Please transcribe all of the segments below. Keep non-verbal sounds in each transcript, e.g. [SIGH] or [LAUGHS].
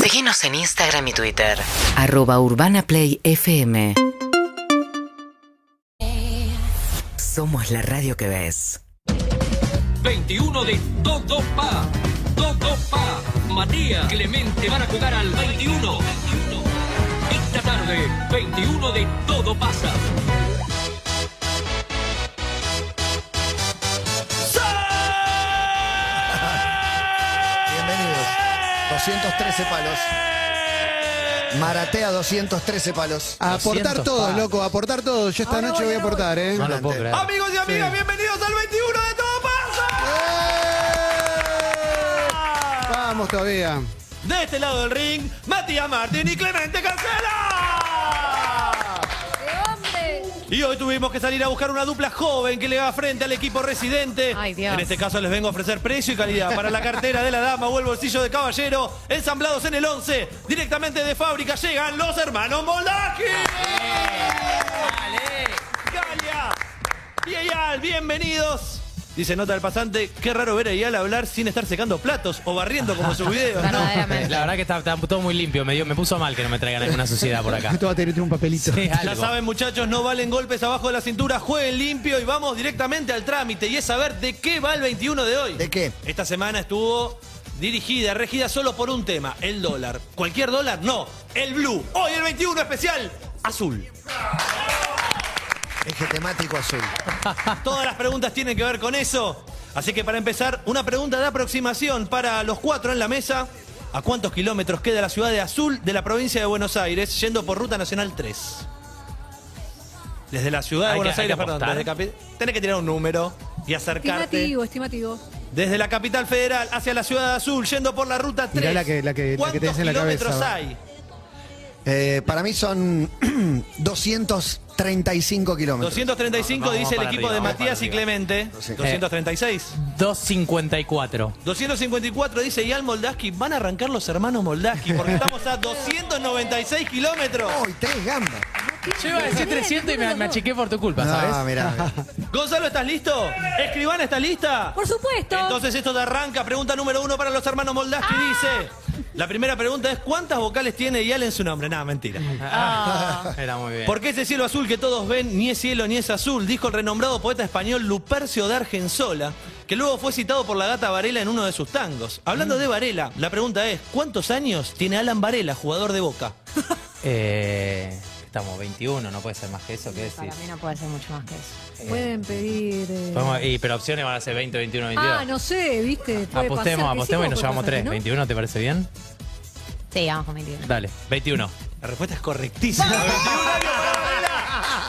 Seguinos en Instagram y Twitter. Arroba Urbana Play FM. Somos la radio que ves. 21 de Todo Pa. Todo Pa. Matías Clemente van a jugar al 21. Esta tarde, 21 de Todo Pasa. Bienvenidos. 213 palos. Maratea 213 palos. A aportar 200 todos, palos. loco, a aportar todos. Yo esta noche voy a aportar, ¿eh? No lo puedo creer. Amigos y amigas, bienvenidos al 21 de Todo Pasa. Vamos todavía. De este lado del ring, Matías Martín y Clemente Cancela. Y hoy tuvimos que salir a buscar una dupla joven que le haga frente al equipo residente. Ay, Dios. En este caso les vengo a ofrecer precio y calidad para la cartera de la dama o el bolsillo de caballero. Ensamblados en el 11, directamente de fábrica llegan los hermanos Molaki. Galia y Eyal, bienvenidos. Dice nota del pasante, qué raro ver a Eyal hablar sin estar secando platos o barriendo como su video. ¿no? Verdaderamente. La verdad que está, está todo muy limpio. Me, dio- me puso mal que no me traigan alguna suciedad por acá. Esto va a tener un papelito. Sí, Ya algo. saben, muchachos, no valen golpes abajo de la cintura, jueguen limpio y vamos directamente al trámite. Y es saber de qué va el 21 de hoy. ¿De qué? Esta semana estuvo dirigida, regida solo por un tema, el dólar. Cualquier dólar, no, el blue. Hoy el 21 especial, azul. Eje temático azul. Todas las preguntas tienen que ver con eso. Así que para empezar, una pregunta de aproximación para los cuatro en la mesa. ¿A cuántos kilómetros queda la ciudad de Azul de la provincia de Buenos Aires yendo por Ruta Nacional 3? Desde la ciudad de Hay que- Buenos hay que Aires, perdón, apostar. desde capi- tenés que tirar un número y acercarte. Estimativo, estimativo. Desde la capital federal hacia la ciudad de Azul, yendo por la ruta 3. Mirá la que- la que- la que ¿Cuántos tenés en la kilómetros cabeza, hay? Eh, para mí son [CLEARS THROAT] 235 kilómetros. 235 Vamos dice el para equipo arriba, de vamos para Matías y arriba. Eh, Clemente. Sí. 236. 254. 254 dice Ial Moldaski, van a arrancar los hermanos Moldaski porque estamos a 296 [LAUGHS] kilómetros. ¡Uy, tres gambas! Yo iba a decir 300 y me, me achiqué por tu culpa, Ah, ¿sabes? mirá. mirá. Gonzalo, ¿estás listo? Escribana, ¿estás lista? Por supuesto. Entonces esto te arranca. Pregunta número uno para los hermanos Moldaski dice. La primera pregunta es ¿cuántas vocales tiene Ial en su nombre? Nada, mentira. [LAUGHS] Era muy bien. ¿Por qué ese cielo azul que todos ven ni es cielo ni es azul? Dijo el renombrado poeta español Lupercio de Argensola, que luego fue citado por la gata Varela en uno de sus tangos. Hablando de Varela, la pregunta es, ¿cuántos años tiene Alan Varela, jugador de Boca? Eh, estamos 21, no puede ser más que eso. ¿Qué decís? Eh, Para mí no puede ser mucho más que eso. Pueden pedir. eh, Podemos- y, pero opciones van a ser 20, 21, 22. Ah, no sé, viste. Puede apostemos, pasar que sí, apostemos y nos puede llevamos pasar que 3. no. ¿21 te parece bien? Sí, vamos con 21. Dale, 21. La respuesta es correctísima. 21 años para Varela.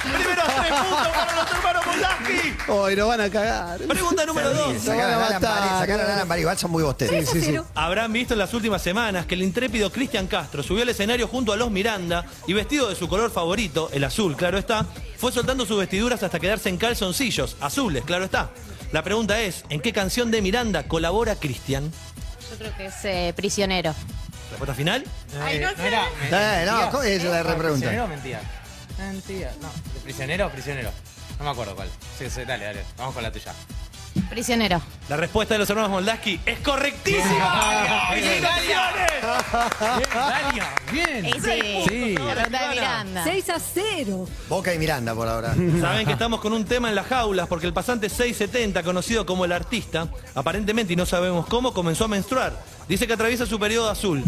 Primeros tres puntos para los hermanos Mulaski. Hoy nos van a cagar. Pregunta número dos. Sacaron van a a Alan matar. París, sacaron a Alan París. Igual son muy bosteros. Sí, sí. Habrán visto en las últimas semanas que el intrépido Cristian Castro subió al escenario junto a los Miranda y vestido de su color favorito, el azul, claro está, fue soltando sus vestiduras hasta quedarse en calzoncillos, azules, claro está. La pregunta es, ¿en qué canción de Miranda colabora Cristian? Yo creo que es eh, prisionero. ¿Respuesta final? Ay, no sé. Eh, no, ¿cómo es la ¿Prisionero repregunta? o mentira? Mentira. No, ¿de prisionero o prisionero? No me acuerdo cuál. Sí, sí, dale, dale. Vamos con la tuya. Prisionero. La respuesta de los hermanos Moldaski es correctísima. ¡Felicitaciones! Bien. Ese. Sí. Ronda de Miranda. 6 a 0. Boca y Miranda por ahora. Saben que estamos con un tema en las jaulas porque el pasante 670, conocido como el artista, aparentemente y no sabemos cómo, comenzó a menstruar. Dice que atraviesa su periodo azul.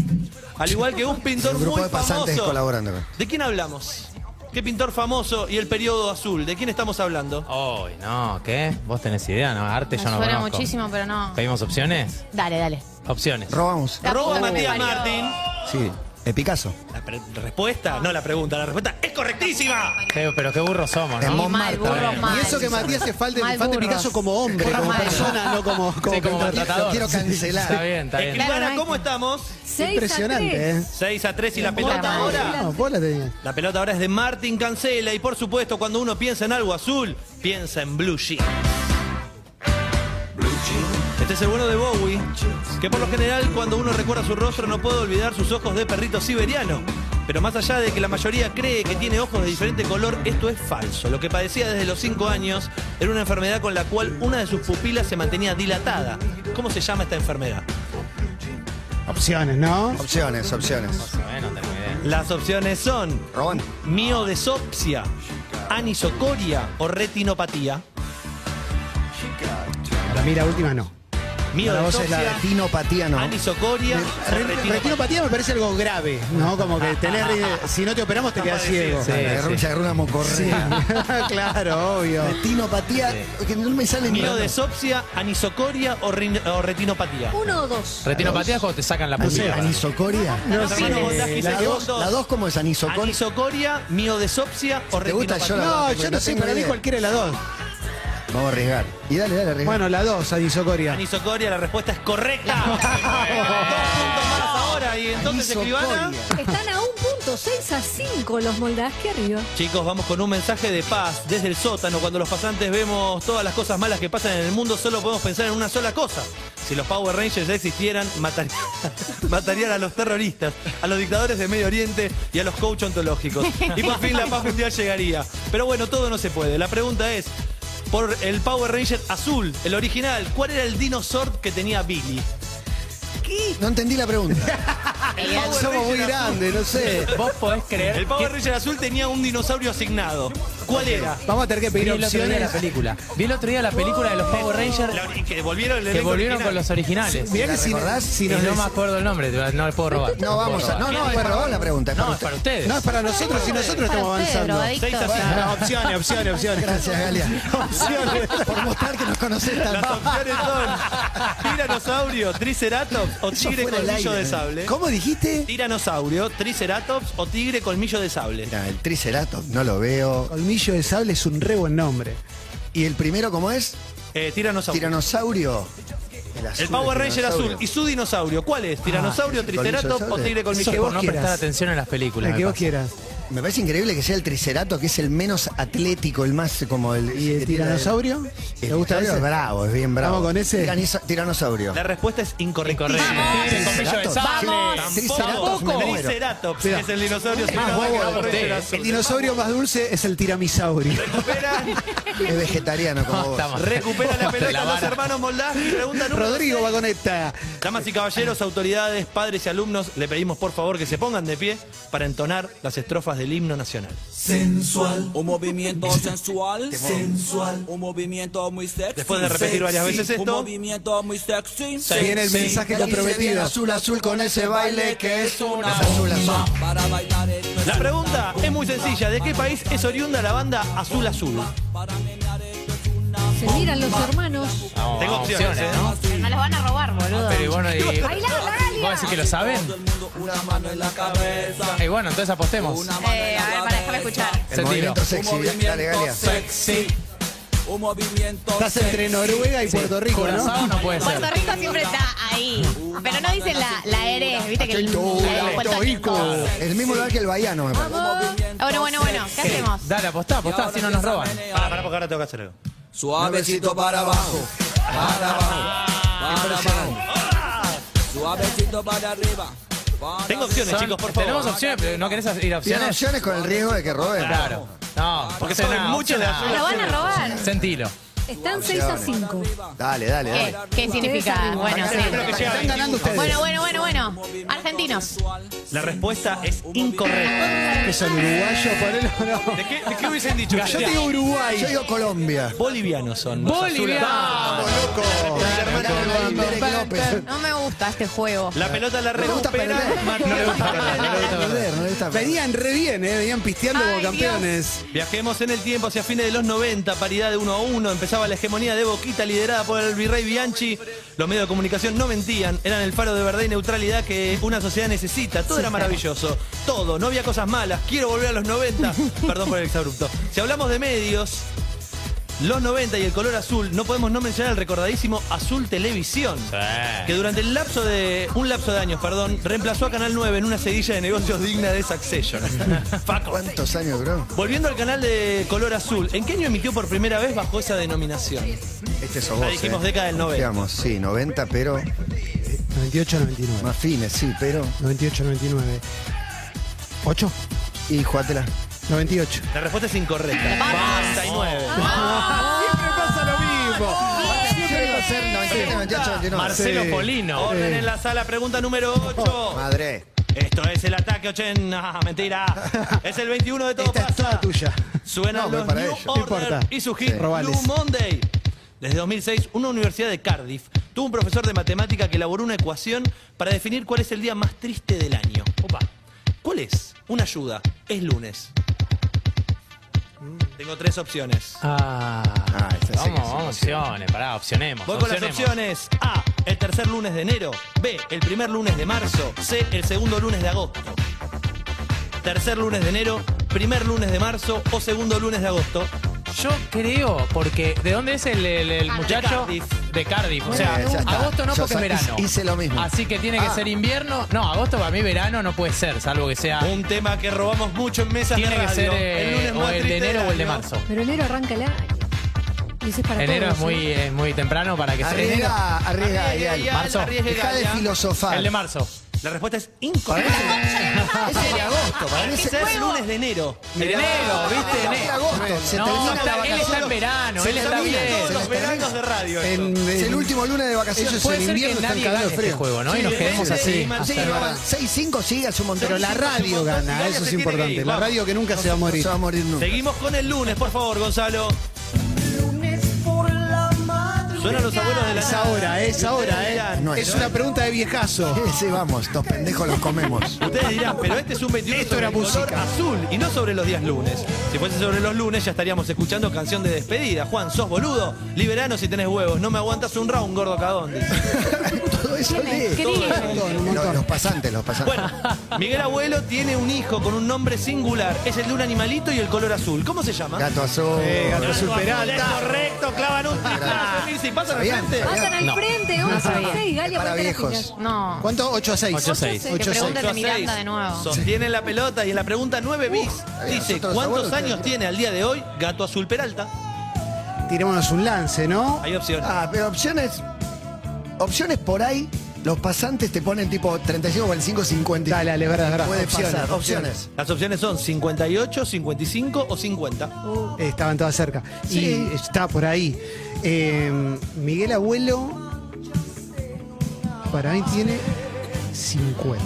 Al igual que un pintor Un grupo muy de pasantes famoso. colaborando. ¿De quién hablamos? ¿Qué pintor famoso y el periodo azul? ¿De quién estamos hablando? Ay, no, ¿qué? Vos tenés idea, ¿no? Arte Me yo no suena conozco. muchísimo, pero no. ¿Pedimos opciones? Dale, dale. Opciones. Robamos. La Roba puta que Matías parió. Martín. Sí. Es Picasso. La pre- respuesta, no la pregunta, la respuesta es correctísima. Qué- pero qué burros somos, En ¿no? Sí, mal, Montmartre. burro, mal. Y eso que Matías se falte, Mal falte burros. Picasso como hombre, Burro como mal. persona, no como, como Sí, como contratista. maltratador. quiero cancelar. Está bien, está bien. Claro, no Escribana, hay- ¿cómo estamos? 6 a Impresionante, 3. ¿eh? 6 a 3 y la Puta pelota madre. ahora. No, vos la tenías. La pelota ahora es de Martín Cancela y por supuesto cuando uno piensa en algo azul, piensa en Blue Jean. Este es el bueno de Bowie, que por lo general cuando uno recuerda su rostro no puede olvidar sus ojos de perrito siberiano. Pero más allá de que la mayoría cree que tiene ojos de diferente color, esto es falso. Lo que padecía desde los 5 años era una enfermedad con la cual una de sus pupilas se mantenía dilatada. ¿Cómo se llama esta enfermedad? Opciones, ¿no? Opciones, opciones. Eh, no tengo idea. Las opciones son Robón. miodesopsia, anisocoria o retinopatía. Para mí la última no. Para vos es la Miodesopsia, de tinopatía, ¿no? anisocoria o Re- retinopatía. Retinopatía me parece algo grave, ¿no? Como que tenés, re- si no te operamos te quedas ciego. La de Rucha Gruna Mocorrea. [LAUGHS] claro, obvio. La tinopatía, que no me sale ni Miodesopsia, anisocoria o, rin- o retinopatía. Uno o dos. Retinopatía es cuando te sacan la pulsera. ¿Anisocoria? No sé. Hermano, vos das quizá Eh, La que dos, vos dos. la dos, ¿cómo es? ¿Anisocoria? Anisocoria, miodesopsia o te gusta, yo retinopatía. la- No, No, yo no no sé, tengo para mí idea. cualquiera de las dos. Vamos a arriesgar. Y dale, dale, arriesgar. Bueno, la dos, Adisocoria. Anisocoria, la respuesta es [LAUGHS] correcta. Dos puntos más ahora y entonces escribana. Están a un punto, 6 a 5 los moldavas que arriba. Chicos, vamos con un mensaje de paz desde el sótano. Cuando los pasantes vemos todas las cosas malas que pasan en el mundo, solo podemos pensar en una sola cosa. Si los Power Rangers ya existieran, matar- [LAUGHS] matarían a los terroristas, a los dictadores de Medio Oriente y a los coach ontológicos. Y por fin la paz mundial llegaría. Pero bueno, todo no se puede. La pregunta es, por el Power Ranger azul, el original, ¿cuál era el dinosaur que tenía Billy? No entendí la pregunta. El Power Somos muy Ranger azul- grandes, no sé. Vos podés creer. El Power Ranger azul tenía un dinosaurio asignado. ¿Cuál era? Vamos a tener que Vi pedir el otro día la opciones. película. Vi el otro día la película de los Power Rangers La ori- que volvieron, el que elenco volvieron original. con los originales. Mirá ¿La que si, recordás? si Y nos no des- me acuerdo el nombre, no les puedo robar. No, vamos a... No, no, es para vos la pregunta. es No, para es para usted. ustedes. No, es para nosotros, si nosotros Para estamos usted, avanzando. drogadicto. Seis a cinco. Bueno, [LAUGHS] opciones, opciones, opciones. Gracias, Galia. Opciones. Por mostrar que nos conocés tan Las mal. opciones son tiranosaurio, triceratops o [LAUGHS] Eso tigre fuera del colmillo aire. de sable. ¿Cómo dijiste? Tiranosaurio, triceratops o tigre colmillo de sable. Mira, el Triceratops no lo veo. Colmillo de sable es un re buen nombre. ¿Y el primero cómo es? Eh, tiranosaurio. Tiranosaurio. azul el Power de Ranger azul y tiranosaurio. su dinosaurio. ¿Cuál es? ¿Tiranosaurio, el triceratops o colmillo de tigre sable. colmillo Eso de es por vos no sable? quieras. prestar atención en las películas. La me que vos pasa. quieras. Me parece increíble que sea el Triceratops, que es el menos atlético, el más como el. ¿Y el que tira- tiranosaurio? El ¿Te gusta tiranosaurio ese? es bravo, es bien bravo. Vamos con ese. Tiraniso- tiranosaurio. La respuesta es incorrecta. Tigre, colmillo de sable. Triceratops, me muero. Triceratops Mira. es el dinosaurio asignado bobo al de Power Ranger ustedes. azul. El dinosaurio más dulce es el [LAUGHS] tiramisaurio. Recuperan, Es vegetariano como No, vos. estamos. recuperan la Te la pelota los vara. hermanos Moldaz y preguntan Rodrigo Vagoneta. Damas y caballeros, autoridades, padres y alumnos, le pedimos por favor que se pongan de pie para entonar las estrofas del himno nacional. sensual, un movimiento sensual, sensual, un movimiento muy sexy. Después de repetir varias sexy, veces esto. un movimiento muy sexy. Se viene el mensaje comprometido. Azul, azul con ese baile que es una. azul, azul. bomba para bailar esto es La una pregunta es muy sencilla, ¿de qué país es oriunda la banda Azul Azul? para menear esto es una Se miran los hermanos. Vamos, Tengo vamos, opciones, ¿eh? ¿no? No los van a robar, boludo. Pero y bueno, y, Bailá, Galia. ¿vos decís que lo todo saben? el mundo una mano en la cabeza. Y bueno, entonces apostemos. Una mano Eh, en a ver, la para déjame cabeza. escuchar. El Se tiró. movimiento Un sexy. Dale, movimiento Galia. sexy. Un movimiento Estás entre sexy. Noruega y Puerto Rico, Curazao ¿no? no puede Puerto ser. Rico siempre está ahí. Pero no dicen la, la R, viste que el, la de Puerto Rico. El mismo lugar que el baiano, me parece. Ah, Bueno, bueno, bueno, ¿qué hacemos? Dale, apostá, apostá, si no nos roban. Pará, pará, porque ahora tengo que hacer algo. Suavecito para abajo, para abajo, para abajo. Suavecito para arriba. para Tengo opciones, Son- chicos, por Tenemos favor. opciones, pero ¿no querés ir a Tiene opciones? opciones con el riesgo de que roben. Claro. No, Porque son no, muchos de Azul Lo van a Azul. robar. Sentilo. Están 6 a 5. Dale, dale, ¿Qué? dale. ¿Qué significa? Bueno, sí. Creo que llega Están ganando ustedes. Bueno, bueno, bueno, bueno. Argentinos. La respuesta es incorrecta. ¿Qué son uruguayos? Ponelo, no. ¿De qué, de qué hubiesen dicho? Yo te digo Uruguay. Yo digo Colombia. Bolivianos son. los Azul Bolivia. Azul. Derek López. No me gusta este juego. La pelota la No le gusta recupera. perder. Martín. perder, no le gusta perder. Venían re bien, ¿eh? Venían pisteando Ay, como Dios. campeones. Viajemos en el tiempo hacia fines de los 90, paridad de 1 a 1, empezaba la hegemonía de Boquita liderada por el virrey Bianchi. Los medios de comunicación no mentían, eran el faro de verdad y neutralidad que una sociedad necesita. Todo era maravilloso, todo, no había cosas malas. Quiero volver a los 90, perdón por el exabrupto. Si hablamos de medios, los 90 y el color azul, no podemos no mencionar el recordadísimo Azul Televisión, que durante el lapso de un lapso de años, perdón, reemplazó a Canal 9 en una sedilla de negocios digna de Succession. Faco. ¿Cuántos años, bro? Volviendo al canal de color azul, ¿en qué año emitió por primera vez bajo esa denominación? Este sos La vos. dijimos eh. década del 90. Digamos, sí, 90, pero 98, 99. más fines, sí, pero. 98, 99. ¿8? Y jugátela. 98. La respuesta es incorrecta. 39. Siempre pasa lo mismo. Siempre a ser 97, 98, 99. Marcelo Polino. Orden en la sala, pregunta número 8. Madre. Esto es el ataque [LAUGHS] 80. Mentira. Es el 21 de todo Esta es pasa. toda tuya. Suenan los No, pero para New ellos. No Order importa. y su hit Sí. Robales. Blue Monday. Desde 2006, una universidad de Cardiff tuvo un profesor de matemática que elaboró una ecuación para definir cuál es el día más triste del año. Opa. ¿Cuál es? Una ayuda. Es lunes. Tengo tres opciones. Ah. Ah, esa sí que Vamos, sí. vamos, opciones, pará, opcionemos. Voy con las opcionemos. opciones. A. El tercer lunes de enero. B. El primer lunes de marzo. C. El segundo lunes de agosto. Tercer lunes de enero, primer lunes de marzo o segundo lunes de agosto. Yo creo, porque ¿de dónde es el, el- el Cardiff. muchacho? Ah, De Cardiff. De Cardiff. O Bueno, sea, ya está. agosto no Yo porque es sa- verano. hice- hice lo mismo. Así que tiene que Ah. ser invierno. No, agosto para mí verano no puede ser, salvo que sea. Un tema que robamos mucho en mesas Tiene de que radio. ser eh, lunes o más el de triste del enero o el de año. marzo. Pero enero arranca el año. Y eso es para Enero todos, es muy, ¿eh? es muy temprano para que se. enero- Arriesga, arriesga, Arriesga, Ariel. Ariel, Marzo. arriesga, Deja de Ariel. filosofar. El de marzo. La respuesta es incorrecta. Es el de agosto, para mí es Es el lunes de enero. El de enero, ¿viste? el de Enero. agosto. Se No, termina la está- él vacación. está en verano, Se él está termina. bien. Se Los veranos de radio. esto. En- Es el último lunes de vacaciones Puede en ser que invierno está nadie en gane calor este frío. juego, ¿no? Y Sí, nos es quedemos ese, así. Marcelo. Sí, Es verdad. 6-5 sigue a su montón. Pero la radio gana, eso es importante. La radio que nunca se va a No morir. se va a morir nunca. Seguimos con el lunes, por favor, Gonzalo. Suenan los abuelos de la Es nada. ahora, es ahora, ¿eh? No es. es una pregunta de viejazo. Sí, vamos, estos pendejos los comemos. Ustedes dirán, pero este es un 21 Esto sobre era el color música. azul y no sobre los días lunes. Si fuese sobre los lunes ya estaríamos escuchando canción de despedida. Juan, sos boludo, liberanos si tenés huevos. No me aguantas un round, gordo cagón. dice. Todo eso lee. ¿Qué todo dice? eso. Los, los pasantes, los pasantes. Bueno, Miguel Abuelo tiene un hijo con un nombre singular. Es el de un animalito y el color azul. ¿Cómo se llama? Gato azul. Eh, Gato Gato Azul azul, Peralta. es correcto, clavan un triplazo. Lizzy, pasan al Sabían, frente. sabían. Pasan al frente, 11 a 6, Galia, Para ponte las viejos. pilas. No. ¿Cuánto? 8 a 6. 8 a 6. Que pregunten de Miranda de nuevo. Sostienen la pelota y en la pregunta 9 bis bien, dice, nosotros ¿cuántos abuelos años tenemos. tiene al día de hoy Gato Azul Peralta? Tirémonos un lance, ¿no? Hay opciones. Ah, pero opciones. Opciones por ahí, los pasantes te ponen tipo 35, 45, 50. Dale, dale, es verdad, es verdad. Puede Opciones, pasar, opciones. Las opciones son 58, 55 o 50. Eh, estaban todas cerca. Sí. Y está por ahí. Eh, Miguel Abuelo. Para mí tiene 50.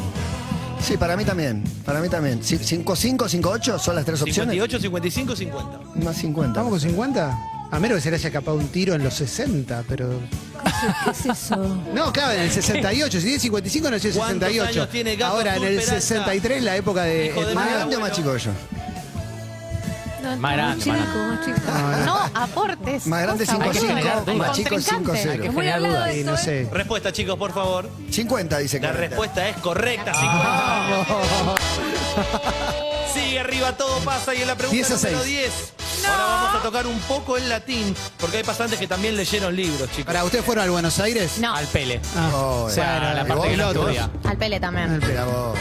Sí, para mí también. Para mí también. 55, 58 son las tres opciones. 58, 55, 50. Más 50. ¿Estamos con 50? A menos que se le haya escapado un tiro en los 60, pero. ¿Qué es eso? No, claro, en el 68. Si tiene 55, no tiene ¿Cuántos 68. años tiene Gato Ahora, en el Azul Peralta? 63, la época de. Hijo de ¿Más Miguel grande o más chico que yo? No, Más grande, chico, más grande. más chico. No, aportes. Más grande Por favor. 55, Hay que más chico contrincante. 50. Muy generar hablado dudas. de Eh, eso, no ¿eh? sé. Respuesta, chicos, por favor. 50 dice que. La respuesta es correcta, 50. Ah. [LAUGHS] Sigue arriba, todo pasa y en la pregunta 10 a número 6. 10. Ahora vamos a tocar un poco el latín, porque hay pasantes que también leyeron libros, chicos. Para, ¿ustedes fueron al Buenos Aires? No, Al pele. Ah. O sea, Bueno, la ¿y parte vos? que no ¿Y los estudia. al pele también. Mira vos.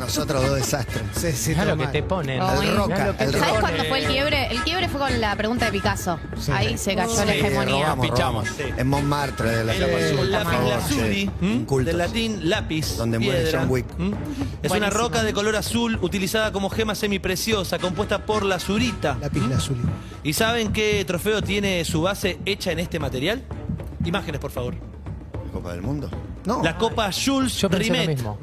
Nosotros dos desastres. Se, se Mirá lo toma. que te ponen. El Ay, Roca, mirá lo que- el ¿Sabes Roca. cuándo fue el quiebre? El quiebre fue con la pregunta de Picasso. Sí. Ahí se cayó la Sí, hegemonía. robamos, Pichamos, robamos. sí. En Montmartre de la El, Llama Azul, el por Eh, lápiz favor, lazuli, sí. ¿m? Incultos. del latín lápiz, Donde muere piedra, John Wick. ¿m? Es una roca de color azul utilizada como gema semipreciosa compuesta por la zurita. La pila azul. ¿Y saben qué trofeo tiene su base hecha en este material? Imágenes, por favor. Copa del Mundo. No. La copa Jules Yo pensé lo Rimet, mismo.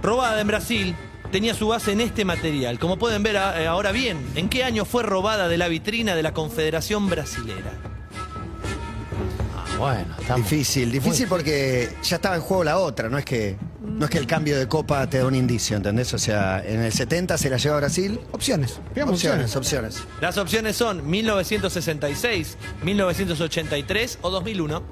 robada en Brasil, tenía su base en este material. Como pueden ver a- eh, ahora bien, ¿en qué año fue robada de la vitrina de la Confederación Brasilera? Ah, bueno, estamos. Difícil, difícil porque ya estaba en juego la otra, no es que no es que el cambio de copa te da un indicio, ¿entendés? O sea, en el 70 se la lleva a Brasil. Opciones. Veamos Opciones, opciones. opciones. Las opciones son 1966, 1983 o 2001.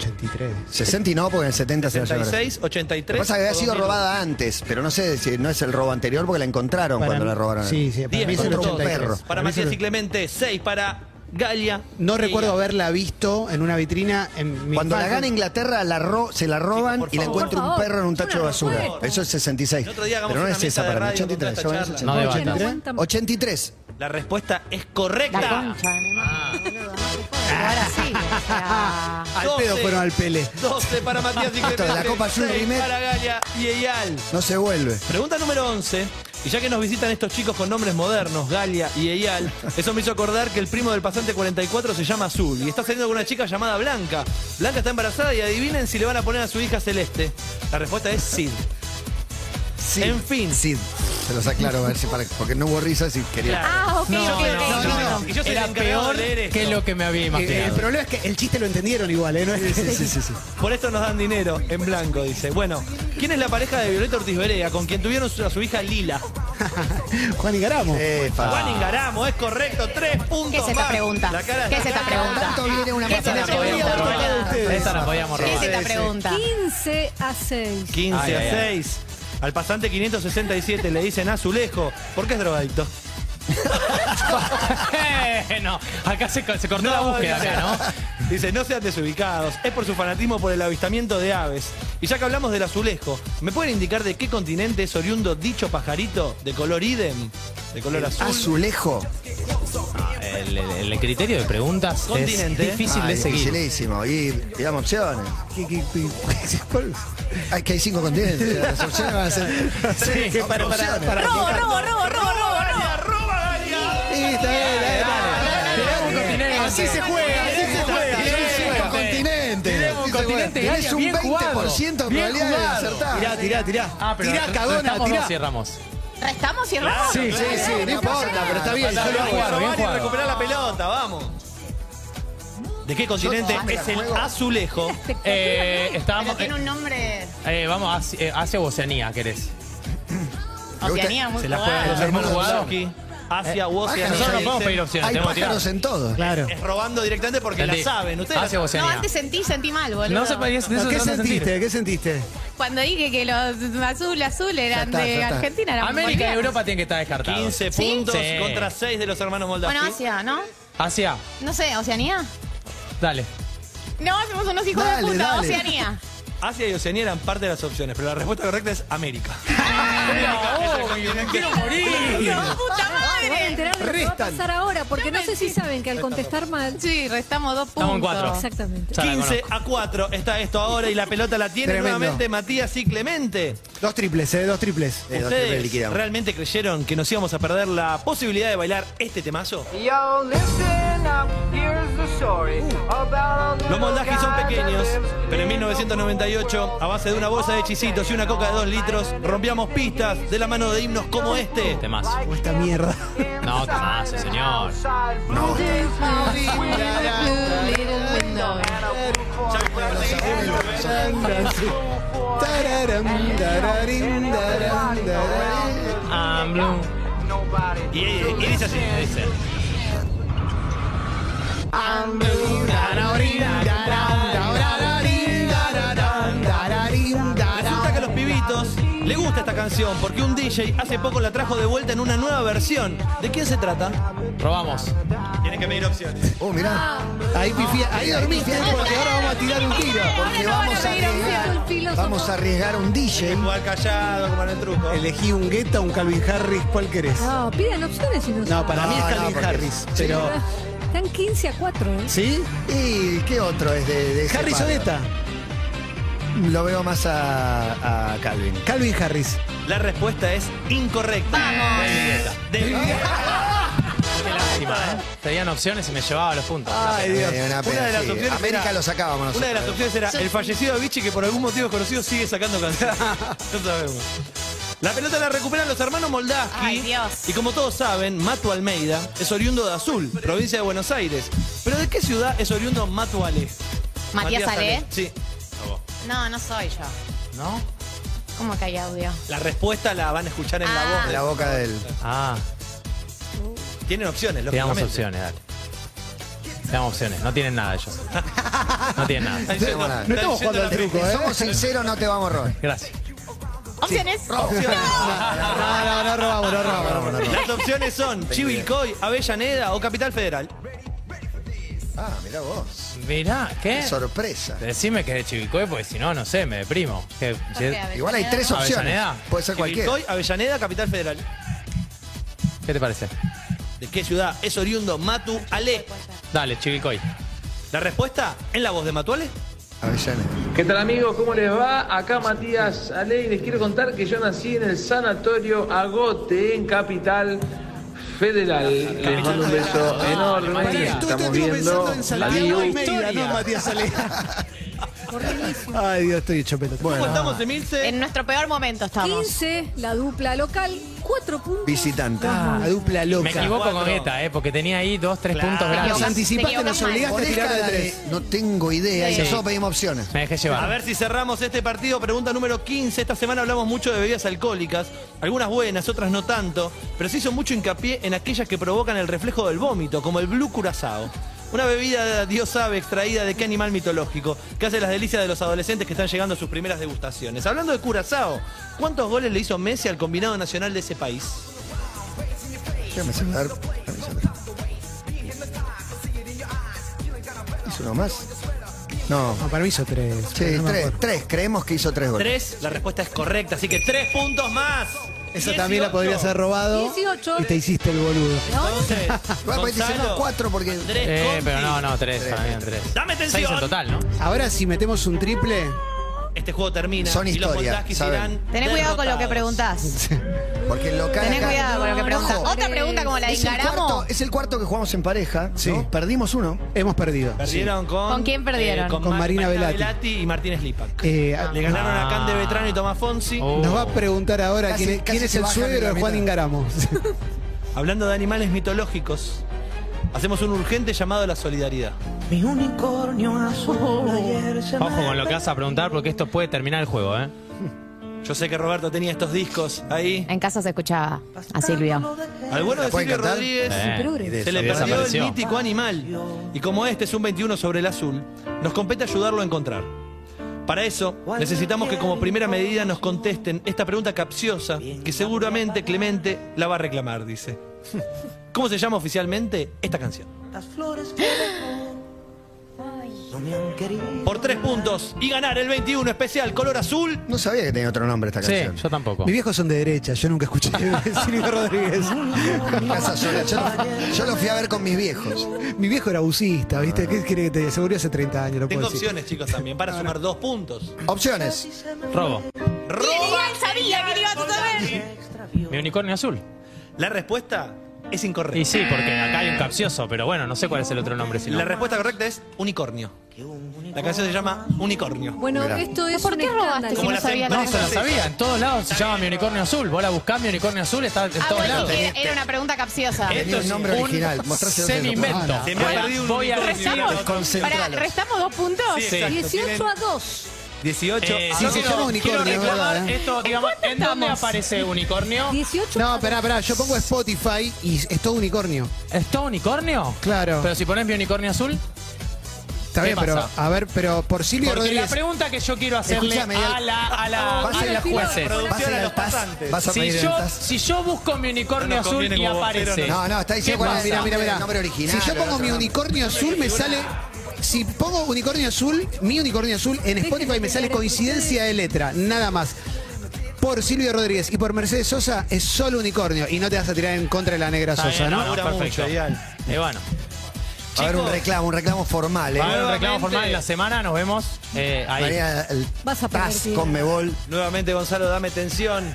83. 60 y no, porque en el 70 se la lleva a Brasil. 66, 83. Lo que pasa es que o había sido 2001. robada antes, pero no sé si no es el robo anterior porque la encontraron Para cuando mí- la robaron. Sí, sí, para 10 mí es el Contra un 83. perro. Para mí es el- Matías y Clemente, 6 para Galia. No Y- recuerdo haberla visto en una vitrina en mi Cuando la infancia. gana Inglaterra, la ro- se la roban Por y la favor. encuentra Por un favor. perro en un tacho de Una basura. locura. Eso es 66. El otro día hagamos Pero no una es esa mesa de para mí. radio con 83. toda esta ¿ya ves? charla. No 83. Que no debatas. aguantan. 83. La respuesta es correcta. La concha de mi madre. boludo, no te puedo- Ahora sí, o sea. Al pedo Doce. fueron al Pele. 12 para Matías y Hasta la Clemente, Copa Junior seis y Met. para Galia y Eyal. No se vuelve. Pregunta número 11. Y ya que nos visitan estos chicos con nombres modernos, Galia y [LAUGHS] Eyal, eso me hizo acordar que el primo del pasante 44 se llama Azul y está saliendo con una chica llamada Blanca. Blanca está embarazada y adivinen si le van a poner a su hija Celeste. La respuesta es Sid. Sí. En fin. Sí. Se los aclaro a ver si para, porque no hubo risas y quería. Ah, ok, No, ok, ok. no, no, no. Y yo soy Era el encargado de peor leer esto. que lo que me había Eh, El imaginado. problema es que el chiste lo entendieron igual, ¿eh? No es que- Por esto nos dan dinero, en blanco, dice. Bueno, ¿quién es la pareja de Violeta Ortiz Berea con quien tuvieron su- a su hija Lila? [LAUGHS] Juan y Garamo. Epa. Juan Ingaramo, es correcto, tres puntos ¿Qué es esta más. pregunta? La cara de- ¿Qué es esta pregunta? Tanto viene [LAUGHS] una ¿Qué es patada. esta Se la podían pregunta, robar boludo? Esa la podíamos ¿Qué robar. es esta pregunta? 15 a 6. 15 Ay, a ay, ay. 6. Al pasante 567 le dicen azulejo. ¿Por qué es drogadicto? [LAUGHS] no, acá se, co- se cortó la búsqueda, dice, acá, ¿no? [LAUGHS] Dice, no sean desubicados. Es por su fanatismo por el avistamiento de aves. Y ya que hablamos del azulejo, ¿me pueden indicar de qué continente es oriundo dicho pajarito de color idem? De color azul. Azulejo. El, el- el criterio de preguntas es Continente. difícil Ah, de seguir. Dificilísimo. Y digamos opciones. ¿Qué- qué- qué- cuál? Hay que hay cinco continentes. Las opciones van a ser. [LAUGHS] Sí, Sí, para- para- para- Robo, robo, robo, robo, robo. Sí, está bien, dale, dale. Tiramos un continente. Así se juega, así se juega. cinco continentes. Tenemos un continente, Tenés Galia, un bien 20% jugado. de Bien probabilidad de jugado. acertar. Tirá, tirá, tirá. Ah, pero tirá, re- cagona, restamos tirá. dos y erramos. ¿Restamos y robamos? Sí, sí, sí, no importa, pero está bien. Está yo lo bien hago. jugado, bien Giovanni, jugado. recuperá la pelota, vamos. ¿De qué continente Yo no, me la es el juego. azulejo? Eh, estábamos, Pero tiene un nombre. eh, eh, vamos, hacia, eh, hacia Oceanía, querés. Oceanía, muy Se la jugada. juegan los Ah, hermanos Eh, no, Wazowski. Asia, Oceanía. Pájaros, Nosotros no hay- podemos pedir opciones, Hay tenemos que pájaros en todo. Claro. Es robando directamente porque Entendí. Ah, la saben. Ustedes la Hacia No, Oceanía. antes sentí, sentí mal, boludo. No se podía de eso ¿Qué no se sentía. sentiste? ¿Qué sentiste? Cuando dije que los azul, azul eran Ya está, ya de está. Argentina, eran América y bolivianos. Europa tienen que estar descartados. 15 puntos Sí. contra 6 de los hermanos Moldavski. Bueno, Asia, ¿no? Asia, No sé, Oceanía. dale. No, somos unos hijos Dale, de puta, dale. Oceanía. Asia y Oceanía eran parte de las opciones, pero la respuesta correcta es América. [LAUGHS] quiero morir. ¡No, ¡Ah, puta Me voy a madre! enterar de lo que va a pasar ahora, porque no sé si saben que al contestar mal. Sí, restamos dos puntos. Estamos en cuatro. Exactamente. Ya la 15 conozco. a 4 está esto ahora y la pelota la tiene Tremendo. nuevamente Matías y Clemente. Dos triples, ¿eh? Dos triples. Eh, dos triples ¿Ustedes liquidamos. realmente creyeron que nos íbamos a perder la posibilidad de bailar este temazo? Los Moldavskis son pequeños, pero en 1998, a base de una bolsa de hechicitos y una coca de 2 litros, rompíamos pistas de la mano de himnos como este. Temazo. O esta mierda. No, temazo, señor. Tararam, dararim, dararam, dararim. Ah, I'm blue. Y, y dice así. Dice. Resulta que a los pibitos le gusta esta canción porque un DJ hace poco la trajo de vuelta en una nueva versión. ¿De quién se trata? Robamos. Tienen que pedir opciones. Oh, mirá. Ahí pifía, ahí dormiste, ¿eh? porque ahora vamos a tirar un tiro. Porque vamos a arriesgar. Vamos a arriesgar un DJ. Jugar callado, como en el truco. Elegí un Guetta, un Calvin Harris, ¿cuál querés? No, pidan opciones y no No, para No, mí es no, Calvin porque- Harris, sí. pero... Están 15 a 4, ¿eh? ¿Sí? ¿Y qué otro es de, de ese Harris o palo? Guetta. Lo veo más a, a Calvin. Calvin Harris. La respuesta es incorrecta. ¡Vamos! Qué lástima, Ah. ¿eh? Pedían opciones y me llevaba los puntos. Ay, Eh, Dios. una Una pena, de las sí. opciones América era- lo sacábamos nosotros. Una de las opciones era el fallecido de Vichy que por algún motivo desconocido sigue sacando canciones. No sabemos. La pelota la recuperan los hermanos Moldavski. Ay, Dios. Y como todos saben, Mato Almeida es oriundo de Azul, provincia de Buenos Aires. Pero ¿de qué ciudad es oriundo Mato Ale? Matías Ale. Sí. No, no soy yo. ¿No? ¿Cómo que hay audio? La respuesta la van a escuchar en Ah. la voz. En de la boca del. Ah, Tienen opciones, te damos lógicamente. opciones, dale. Te damos opciones. No tienen nada ellos. No tienen nada. Están yendo- No están estamos jugando yendo la- al truco, ¿eh? Somos sinceros, no te vamos a robar. Gracias. ¿Opciones? No, no, no robamos, no robamos. Vámonos, Las opciones son Chivilcoy, Avellaneda o Capital Federal. Ah, mirá vos. Mirá, ¿qué? Sorpresa. Decime que es de Chivilcoy, porque si no, no sé, me deprimo. Que- Ok, Igual hay tres opciones. Avellaneda. Puede ser cualquiera. Chivilcoy, Avellaneda, Capital Federal. ¿Qué te parece? ¿De qué ciudad es oriundo Matu Ale? Dale, Chivilcoy. La respuesta en la voz de Matu Ale. ¿Qué tal amigos? ¿Cómo les va? Acá Matías Ale y les quiero contar que yo nací en el sanatorio Agote en Capital Federal. Les mando un Ah, beso enorme. Estamos viendo la no, Matías Ale. [LAUGHS] Ay, Dios, estoy hecho pelota. Bueno, estamos en Milce? En nuestro peor momento estamos. 15, la dupla local, 4 puntos. visitante. Ah, la dupla loca. Me equivoco con ETA, eh, porque tenía ahí dos, tres puntos Nos grandes. equivocas. anticipaste, Te nos equivocas obligaste a Por tirar de esta tres. de- no tengo idea. Y Sí. nosotros pedimos opciones. Me dejé llevar. A ver si cerramos este partido. Pregunta número 15. Esta semana hablamos mucho de bebidas alcohólicas, algunas buenas, otras no tanto, pero se hizo mucho hincapié en aquellas que provocan el reflejo del vómito, como el blue curazao. Una bebida, Dios sabe, extraída de qué animal mitológico, que hace las delicias de los adolescentes que están llegando a sus primeras degustaciones. Hablando de curazao, ¿cuántos goles le hizo Messi al combinado nacional de ese país? Déjame saludar. Déjame saludar. ¿Hizo uno más? No. No, para mí hizo tres. Sí, pero no me tres, acuerdo. tres. Creemos que hizo tres goles. Tres, la respuesta es correcta, así que tres puntos más. Esa también la 18. podrías haber robado. 18. Y te hiciste el boludo. Entonces, Bueno, pues Gonzalo, hicimos cuatro porque. Andrés Eh, Conti. pero no, no, tres, para mí eran tres. Dame Seis en atención. total, ¿no? Ahora si metemos un triple, Este juego termina Son y los historia, Voltaskis saben. irán Tenés cuidado con lo que derrotados. preguntás. Porque el local. Tenés acá- cuidado con lo que preguntás. Ojo, Otra pregunta como la de es, el Caramo. cuarto, es el cuarto que jugamos en pareja. Sí. ¿no? Perdimos uno. hemos perdido. Perdieron con. ¿Con quién perdieron? Con Marina Velati. y Martínez Lipak. Eh, Le ganaron a Cande Betrano y Tomás Fonsi. Oh. Nos va a preguntar ahora Casi- quién, es- casi quién es se el bajan de la suegro de Juan mitad. Ingaramo. [LAUGHS] Hablando de animales mitológicos, hacemos un urgente llamado a la solidaridad. Ojo con lo que vas a preguntar, porque esto puede terminar el juego, ¿eh? Yo sé que Roberto tenía estos discos ahí. En casa se escuchaba a Silvio. Alguno de pueden Silvio cantar? Rodríguez. Eh, Se le perdió y el desapareció. mítico animal. Y como este es un 21 sobre el azul, nos compete ayudarlo a encontrar. Para eso, necesitamos que como primera medida nos contesten esta pregunta capciosa que seguramente Clemente la va a reclamar, dice. [LAUGHS] ¿Cómo se llama oficialmente esta canción? Por tres puntos y ganar el 21 especial color azul. No sabía que tenía otro nombre esta Sí, canción. yo tampoco. Mis viejos son de derecha, yo [LAUGHS] nunca escuché de Silvio Rodríguez. Mi casa sola. Yo, yo lo fui a ver con mis viejos. Mi viejo era busista, ¿viste? ¿Qué quiere que te diga? Se murió hace 30 años, lo puedo Tengo decir. opciones, chicos, también para sumar dos puntos. Opciones. Robo. ¡Roba! sabía que iba a saber. Mi unicornio azul. La respuesta es Y incorrecta. sí, porque acá hay un capcioso, pero bueno, no sé cuál es el otro nombre. Si no. La respuesta correcta es unicornio. La canción se llama Unicornio. Bueno, Mirá. esto es ¿Por un qué robaste escándalo. si Como no la sabía sem- la No, se lo respuesta? sabía. En todos lados se llama mi unicornio azul. Vos la buscás, mi unicornio azul está en Ah, todos bueno, lados. que era una pregunta capciosa. Eh, Tenía es un nombre un original. Mostráselo. Semi-invento. Se me ha Voy a- perdido un Voy a unicornio. recibirlo. ¿Restamos? Pará, ¿restamos dos puntos? Sí, exacto. 18 a 2. 18. Eh, Ah, sí, yo se quiero- llama unicornio, quiero es verdad, reclamar ¿eh? esto, digamos, ¿En, dónde aparece unicornio? 18 No, pará, pará, yo pongo Spotify y es todo unicornio. ¿Es todo unicornio? Claro. Pero si pones mi unicornio azul. Está ¿Qué bien, pero pasa? a ver, pero por Silvio Porque la Rodríguez. pregunta que yo quiero hacerle Escuchame, a el- la, a la, Vas a a los elegir ahora. jueces. Vas Producción a a ir los al TAS. pasantes. Vas a pedir Si el yo, TAS. si yo busco mi unicornio No nos azul conviene y como vocero, aparece. No, no, está diciendo ¿Qué cuál es pasa? el Mirá, mirá, mirá. nombre original. Ah. Si yo pongo mi unicornio azul, me sale. Si pongo unicornio azul, mi unicornio azul, en Spotify me sale coincidencia de letra, nada más. Por Silvio Rodríguez y por Mercedes Sosa es solo unicornio. Y no te vas a tirar en contra de la negra Está bien, Sosa, ¿no? Dura perfecto. mucho, ideal. Eh, bueno, A ver, un Chicos. reclamo, un reclamo formal. ¿eh? va a haber un Nuevamente. reclamo formal en la semana. Nos vemos eh, ahí. María, el Vas a perder TAS dinero. con Mebol. Nuevamente, Gonzalo, dame tensión.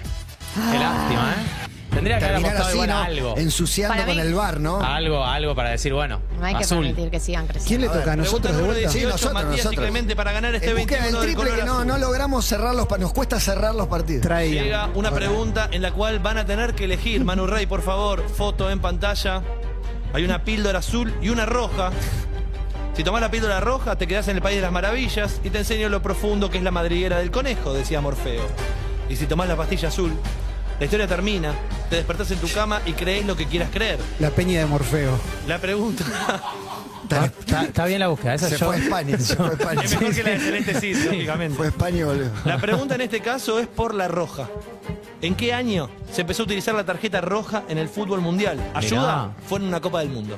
Qué lástima, ¿eh? Tendría que haber Terminar apostado así, igual a ¿no? algo. Ensuciando Para con mí- el bar, ¿no? A Algo, a algo para decir, bueno, No hay que azul. permitir que sigan ¿Quién creciendo. le toca? ¿A nosotros de Pregunta número vuelta? Eh, 18, Sí, nosotros, Matías y nosotros. Clemente para ganar este En búsqueda 21 del del triple color que no, azul. no logramos cerrar los partidos. Nos cuesta cerrar los partidos. Traía. Llega una pregunta en la cual van a tener que elegir. Manu Rey, por favor, foto en pantalla. Hay una píldora azul y una roja. Si tomás la píldora roja, te quedás en el País de las Maravillas y te enseño lo profundo que es la madriguera del conejo, decía Morfeo. Y si tomás la pastilla azul, la historia termina, te despertás en tu cama y crees lo que quieras creer. La peña de Morfeo. La pregunta [LAUGHS] Está- Está, está bien la búsqueda. Esa Se [LAUGHS] yo- fue a España, se fue a España. es mejor que la de Celeste Cid, lógicamente. Fue a España, boludo. La pregunta en este caso es por la roja. ¿En qué año se empezó a utilizar la tarjeta roja en el fútbol mundial? Ayuda, Mirá. fue en una Copa del Mundo.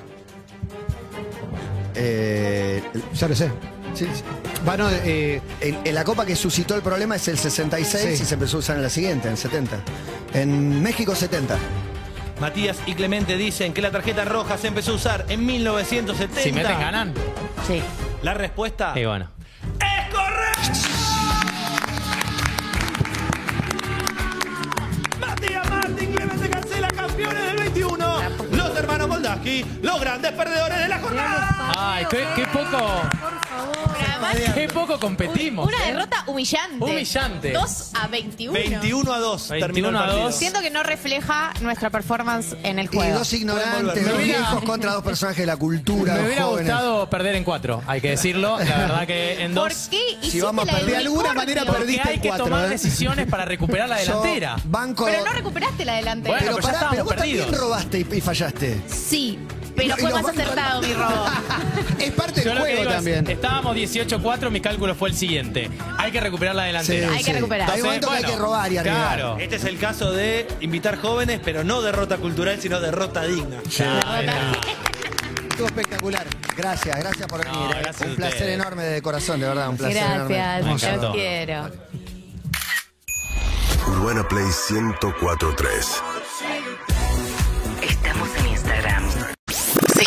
Eh, Ya lo sé. sí, sí. Va, no, eh, En, en la copa que suscitó el problema es el 66 Sí. y se empezó a usar en la siguiente, en 70. En México 70. Matías y Clemente dicen que la tarjeta roja se empezó a usar en 1970. Si meten, ganan. Sí. La Ah. respuesta. Y bueno. Matías Martín, Clemente Cancela, campeones del 21. Los hermanos Moldaski, los grandes perdedores de la jornada. Ay, qué, qué poco. Pero además, Qué poco competimos. una ¿eh? derrota humillante. Humillante. 2 a 21. 21 a 2. 21 Terminó el a partido. 2. Siento que no refleja nuestra performance en el Y juego. dos ignorantes, Pueden dos volver. viejos contra dos personajes de la cultura, Me dos hubiera jóvenes. gustado perder en cuatro, hay que decirlo. La verdad que en ¿Por dos. qué hiciste vamos a la del perder, de alguna unicornio? manera Porque Perdiste hay que cuatro, tomar ¿eh? decisiones para recuperar la Yo delantera. banco. Pero no recuperaste la delantera. Bueno, Pero pero ya pará, estábamos pero vos también perdidos. robaste y, y fallaste. Sí, pero Y- y fue los más bancos- acertado mi robo. Es parte Yo del lo que juego digo es, también. estábamos 18-4, mi cálculo fue el siguiente. Hay que recuperar la delantera. Hay que recuperar. Hay Entonces, momentos que hay que bueno, robar y arribar. Claro. Este es el caso de invitar jóvenes, pero no derrota cultural, sino derrota digna. Estuvo espectacular. Gracias, gracias por venir. No, eh. gracias un a placer ustedes. enorme de corazón, de verdad, un placer enorme. Gracias, Me encantó. yo quiero. Urbana Play 1043. Estamos en Instagram.